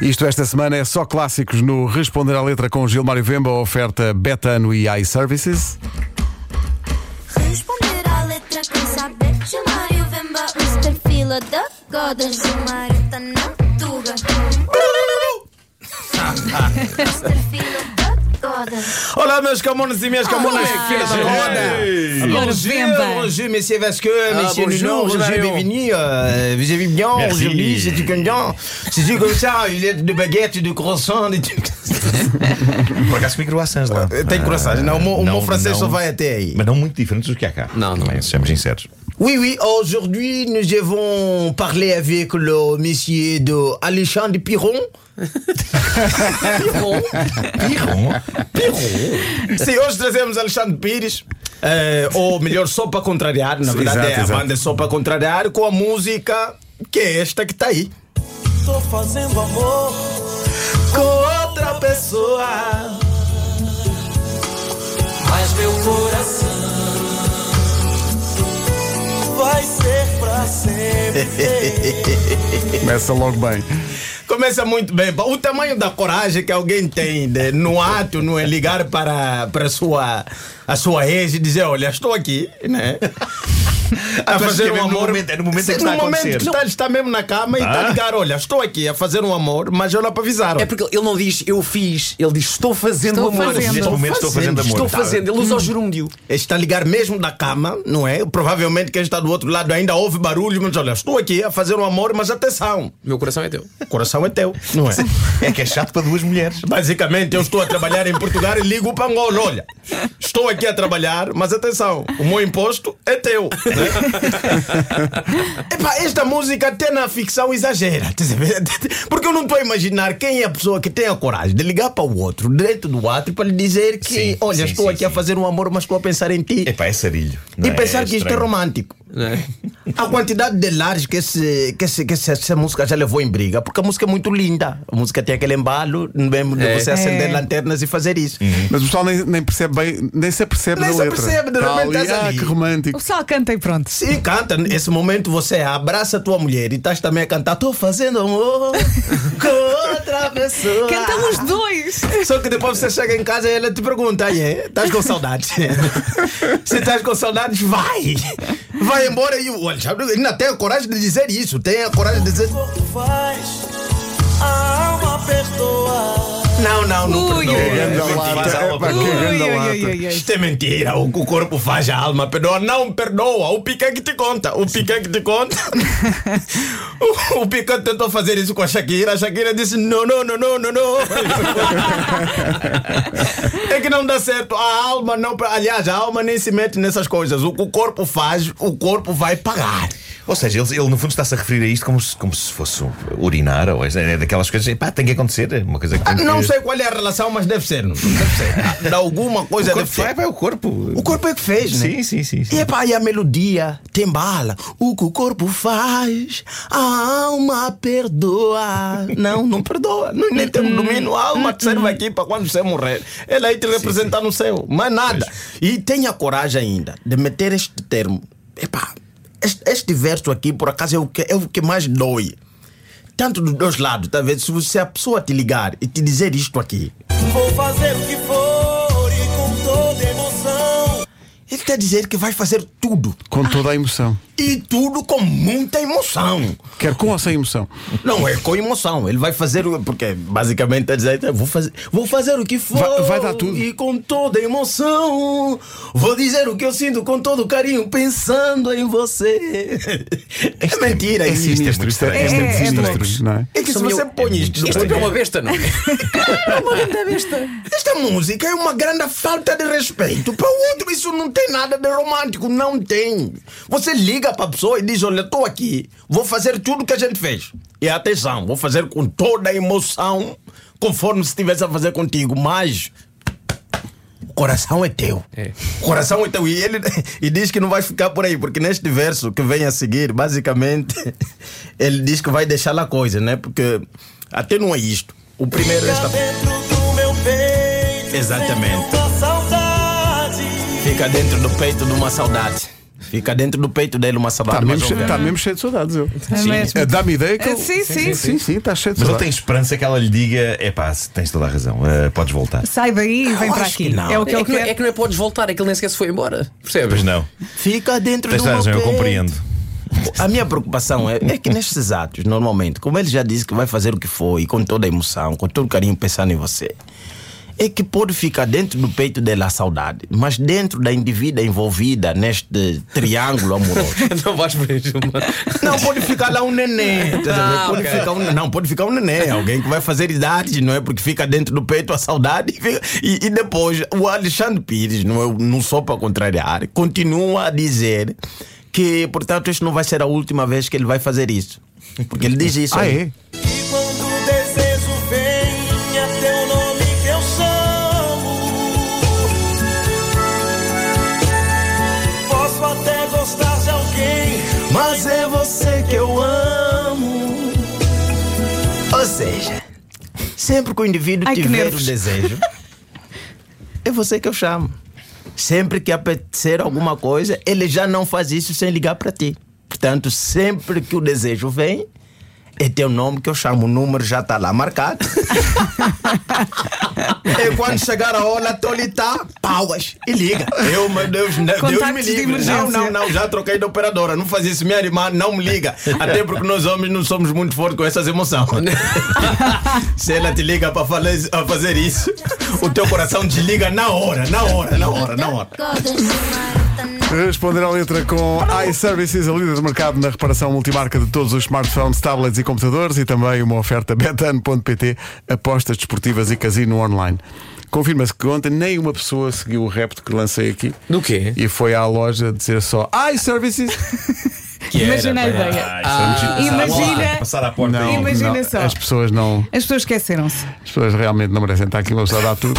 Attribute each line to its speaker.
Speaker 1: Isto esta semana é só clássicos no Responder à Letra com Gilmário Vemba, oferta Betano e iServices.
Speaker 2: Responder à letra quem sabe Gilmário Vemba Mr. Fila da Goda Gilmário tá na tuga Mr. Fila da Goda
Speaker 3: Hola e mes camones et
Speaker 4: Ah,
Speaker 3: mes camones Bonjour,
Speaker 5: Vemba.
Speaker 3: bonjour monsieur Vasque,
Speaker 4: Ah,
Speaker 3: monsieur
Speaker 4: bonjour,
Speaker 3: Nuno, vous
Speaker 4: Rosario.
Speaker 3: avez bienvenue, euh, vous avez bien
Speaker 4: Merci.
Speaker 3: aujourd'hui, c'est du content. C'est du comme ça, il y a de baguettes, de croissants, des trucs. Euh,
Speaker 4: Por acaso comi croissants lá.
Speaker 3: Eh, Tem croissants, não, o meu- o meu francês só vai até aí.
Speaker 4: Mas não muito diferentes do que há cá.
Speaker 3: Não, não.
Speaker 4: Também, Sejamos sinceros.
Speaker 3: Oui, oui, aujourd'hui nous avons parlé avec le monsieur de Alexandre Piron. Piron
Speaker 4: Pirron.
Speaker 3: Sim, hoje trazemos Alexandre Pires. eh, ou melhor, só para contrariar, na verdade
Speaker 1: exato,
Speaker 3: é a
Speaker 1: exato.
Speaker 3: banda só para contrariar com a música que é esta que está aí.
Speaker 6: Tô fazendo amor com outra pessoa. Mas meu coração vai ser pra sempre.
Speaker 1: Começa logo bem.
Speaker 3: Começa muito bem. pá. O tamanho da coragem que alguém tem de, no ato, não é ligar para, para a, sua, a sua ex e dizer: Olha, estou aqui, né? A um
Speaker 4: Mas que é mesmo no momento, é no momento em que
Speaker 3: Sim,
Speaker 4: está a
Speaker 3: no momento que
Speaker 4: acontecer. Ah.
Speaker 3: está, está mesmo na cama e está a ligar: Olha, estou aqui a fazer um amor, mas eu não avisaram.
Speaker 7: É porque ele não diz eu fiz, ele diz estou fazendo Hum.
Speaker 5: Estou
Speaker 7: amor.
Speaker 5: fazendo.
Speaker 4: Neste momento estou fazendo amor.
Speaker 7: Estou fazendo, ele usa o gerúndio.
Speaker 3: está a ligar tá mesmo da cama, não é? Provavelmente quem está do outro lado ainda ouve barulho, mas olha, estou aqui a fazer um amor, mas atenção,
Speaker 7: Meu coração é teu.
Speaker 3: o coração é teu, não é?
Speaker 4: É que é chato para duas mulheres.
Speaker 3: Basicamente, eu estou a trabalhar em Portugal e ligo para Angola. Olha, estou aqui a trabalhar, mas atenção, o meu imposto é teu. né? Epá, esta música até na ficção exagera. Porque eu não estou a imaginar quem é a pessoa que tem a coragem de ligar para o outro, dentro do ato, para lhe dizer que,
Speaker 4: Sim,
Speaker 3: olha,
Speaker 4: sim,
Speaker 3: estou
Speaker 4: sim,
Speaker 3: aqui a
Speaker 4: sim.
Speaker 3: fazer um amor, mas estou a pensar em ti.
Speaker 4: Epá, é sarilho.
Speaker 3: E
Speaker 4: não é?
Speaker 3: pensar que isto é
Speaker 4: estranho.
Speaker 3: romântico.
Speaker 4: é?
Speaker 3: A quantidade de lares que, esse, que, esse, que esse- essa música já levou em briga, porque a música é muito linda. A música tem aquele embalo mesmo de
Speaker 7: É.
Speaker 3: você acender
Speaker 5: É.
Speaker 3: lanternas e fazer isso.
Speaker 4: Uhum.
Speaker 1: Mas o pessoal nem, nem percebe bem, nem se apercebe
Speaker 3: Nem
Speaker 1: da
Speaker 3: se
Speaker 1: letra.
Speaker 3: apercebe, de
Speaker 1: Tá
Speaker 3: repente
Speaker 1: ali,
Speaker 3: estás
Speaker 1: ah,
Speaker 3: ali."
Speaker 1: que
Speaker 5: O
Speaker 1: romântico.
Speaker 5: pessoal canta e pronto.
Speaker 3: Sim, canta. Nesse momento você abraça a tua mulher e estás também a cantar: Tô fazendo amor com outra pessoa.
Speaker 5: Cantamos dois.
Speaker 3: Só que depois você chega em casa e ela te pergunta: "Aí é, estás com saudades? Se estás com saudades, vai! Vai embora e olha, já- ainda tem a coragem de dizer isso, tem a coragem de dizer.
Speaker 6: O corpo faz a alma perdoar.
Speaker 3: Não, não, não
Speaker 5: Ui,
Speaker 3: perdoa.
Speaker 5: ui, ui.
Speaker 1: Grande
Speaker 4: mentira,
Speaker 1: lata.
Speaker 4: mas ela
Speaker 1: É pá,
Speaker 5: Ui,
Speaker 1: que grande
Speaker 5: ui, ui,
Speaker 1: lata.
Speaker 5: ui, ui.
Speaker 3: Isto é mentira, o que o corpo faz, a alma perdoa. Não perdoa, o pica que te conta. O pica que te conta. o, o pica tentou fazer isso com a Shakira. A Shakira disse: não, não, não, não, não, não. é que não dá certo. A alma não. Aliás, a alma nem se mete nessas coisas. O que o corpo faz, o corpo vai pagar.
Speaker 4: Ou seja, ele, ele, no fundo está-se a referir a isto como se, como se fosse urinar ou é daquelas coisas. Epá, tem que acontecer. é Uma coisa que tem que-
Speaker 3: Não sei qual é a relação, mas deve ser. não? Deve ser. De alguma
Speaker 4: O
Speaker 3: coisa
Speaker 4: corpo
Speaker 3: deve
Speaker 4: vai,
Speaker 3: ser.
Speaker 4: vai o corpo.
Speaker 3: O corpo é que fez, né?
Speaker 4: Sim, sim, sim. sim.
Speaker 3: E, epá, e a melodia tem bala. O que o corpo faz, a alma perdoa. Não, não perdoa. Não, nem
Speaker 4: Hum,
Speaker 3: tem um domínio. A alma te serve aqui para quando você morrer. Ela aí te representar no céu. Mas nada. E tenha coragem ainda de meter este termo. Epá, este, este verso aqui, por acaso, é o que, é o que mais dói. Tanto dos dois lados, tá vendo? Se você a pessoa te ligar e te dizer isto aqui,
Speaker 6: Vou fazer o que for e com toda emoção.
Speaker 3: ele quer dizer que vai fazer tudo.
Speaker 1: Com toda a emoção.
Speaker 3: E tudo com muita emoção.
Speaker 1: Quer com ou sem emoção.
Speaker 3: Não, é com emoção. Ele vai fazer o. Porque basicamente está dizendo: vou fazer, vou fazer o que for.
Speaker 1: Vai- vai dar tudo.
Speaker 3: E com toda emoção. Vou dizer o que eu sinto com todo carinho, pensando em você. é mentira
Speaker 1: É
Speaker 3: isso.
Speaker 1: sinistro. Isto é,
Speaker 4: estranho.
Speaker 1: isto é muito
Speaker 5: É, é
Speaker 1: sinistro, não é?
Speaker 3: É que se você põe isto.
Speaker 7: Isto é para uma besta, não?
Speaker 3: Esta música é uma grande falta de respeito para o outro. Isso não tem nada de romântico, não tem. Você liga para a pessoa e diz: Olha, estou aqui, vou fazer tudo que a gente fez. E atenção, vou fazer com toda a emoção, conforme se estivesse a fazer contigo, mas. O coração é teu. O coração é teu. E ele e diz que não vai ficar por aí, porque neste verso que vem a seguir, basicamente, ele diz que vai deixar lá coisa, né? Porque até não é isto. O primeiro é esta.
Speaker 6: Fica Tá dentro do meu peito.
Speaker 3: Exatamente.
Speaker 6: Sente tua saudade.
Speaker 3: Fica dentro do peito de uma saudade. Fica dentro do peito dele uma saudade.
Speaker 1: Está mesmo,
Speaker 3: mais ou
Speaker 1: che- tá
Speaker 3: menos.
Speaker 1: mesmo cheio de saudades. Eu.
Speaker 5: É mesmo.
Speaker 1: É, Dá-me ideia que.
Speaker 5: É,
Speaker 1: eu-
Speaker 5: sim, sim.
Speaker 1: Sim, sim, está cheio de
Speaker 4: Mas ele
Speaker 1: saudades.
Speaker 4: tem esperança que ela lhe diga: é pá, tens toda a razão, eh, podes voltar.
Speaker 5: Sai daí e vem
Speaker 3: Eu
Speaker 5: para
Speaker 3: acho que
Speaker 5: aqui.
Speaker 3: não.
Speaker 5: É o que
Speaker 7: é,
Speaker 5: ele
Speaker 7: que, não-
Speaker 5: quer.
Speaker 7: é que não é podes voltar, é que ele nem sequer se foi embora.
Speaker 4: É, Pois
Speaker 7: Percebes?
Speaker 4: não,
Speaker 3: Fica dentro
Speaker 4: tens
Speaker 3: do
Speaker 4: toda a
Speaker 3: meu
Speaker 4: razão, eu
Speaker 3: peito.
Speaker 4: compreendo.
Speaker 3: A minha preocupação é, é que nestes atos, normalmente, como ele já disse que vai fazer o que for e com toda a emoção, com todo o carinho pensando em você, é que pode ficar dentro do peito dela a saudade, mas dentro da indivídua envolvida neste triângulo amoroso.
Speaker 7: Não vais por isso, mano.
Speaker 3: Não, pode ficar lá um neném. estás a ver?
Speaker 7: Ah,
Speaker 3: pode
Speaker 7: ok.
Speaker 3: ficar um, não, pode ficar um neném. Alguém que vai fazer idade, não é? Porque fica dentro do peito a saudade. e fica- E, e depois, o Alexandre Pires, não, é, não só para contrariar, continua a dizer que, portanto, isto não vai ser a última vez que ele vai fazer isso. Porque ele diz isso.
Speaker 1: Ah,
Speaker 3: aí.
Speaker 1: é?
Speaker 6: E quando o desejo vem, é teu nome que eu chamo. Posso até gostar de alguém,
Speaker 3: Mas é você que eu amo. Ou seja, sempre que o indivíduo
Speaker 5: Ai, que
Speaker 3: tiver o
Speaker 5: nervos.
Speaker 3: desejo, é você que eu chamo. Sempre que apetecer alguma coisa, ele já não faz isso sem ligar para ti. Portanto, sempre que o desejo vem, é teu nome que eu chamo. O número já está lá marcado. e quando chegar a hora, tô lhe tá, pauas e liga. Eu, meu Deus, ne- Deus me
Speaker 5: Contactos de
Speaker 3: livre. Não,
Speaker 5: emergência.
Speaker 3: não, não, já troquei de operadora. Não faz isso, minha irmã, não me liga. Até porque nós homens não somos muito fortes com essas emoções. Se ela te liga para fazer isso, o teu coração desliga na hora, na hora, na hora, na hora.
Speaker 2: Godas de maratona.
Speaker 1: Responder à letra com iServices, a líder de mercado na reparação multimarca de todos os smartphones, tablets e computadores e também uma oferta betano.pt, apostas desportivas e casino online. Confirma-se que ontem nem uma pessoa seguiu o repto que lancei aqui
Speaker 7: Do quê?
Speaker 1: e foi à loja dizer só iServices.
Speaker 5: Imagina a ideia.
Speaker 4: Ah, isso é muito giro.
Speaker 5: imagina-
Speaker 4: Passar à porta, Passar à porta
Speaker 5: Não.
Speaker 4: e-
Speaker 5: Imagina só.
Speaker 1: As pessoas não,
Speaker 5: As pessoas esqueceram-se.
Speaker 1: as pessoas realmente não merecem estar aqui, uma pessoa dá tudo.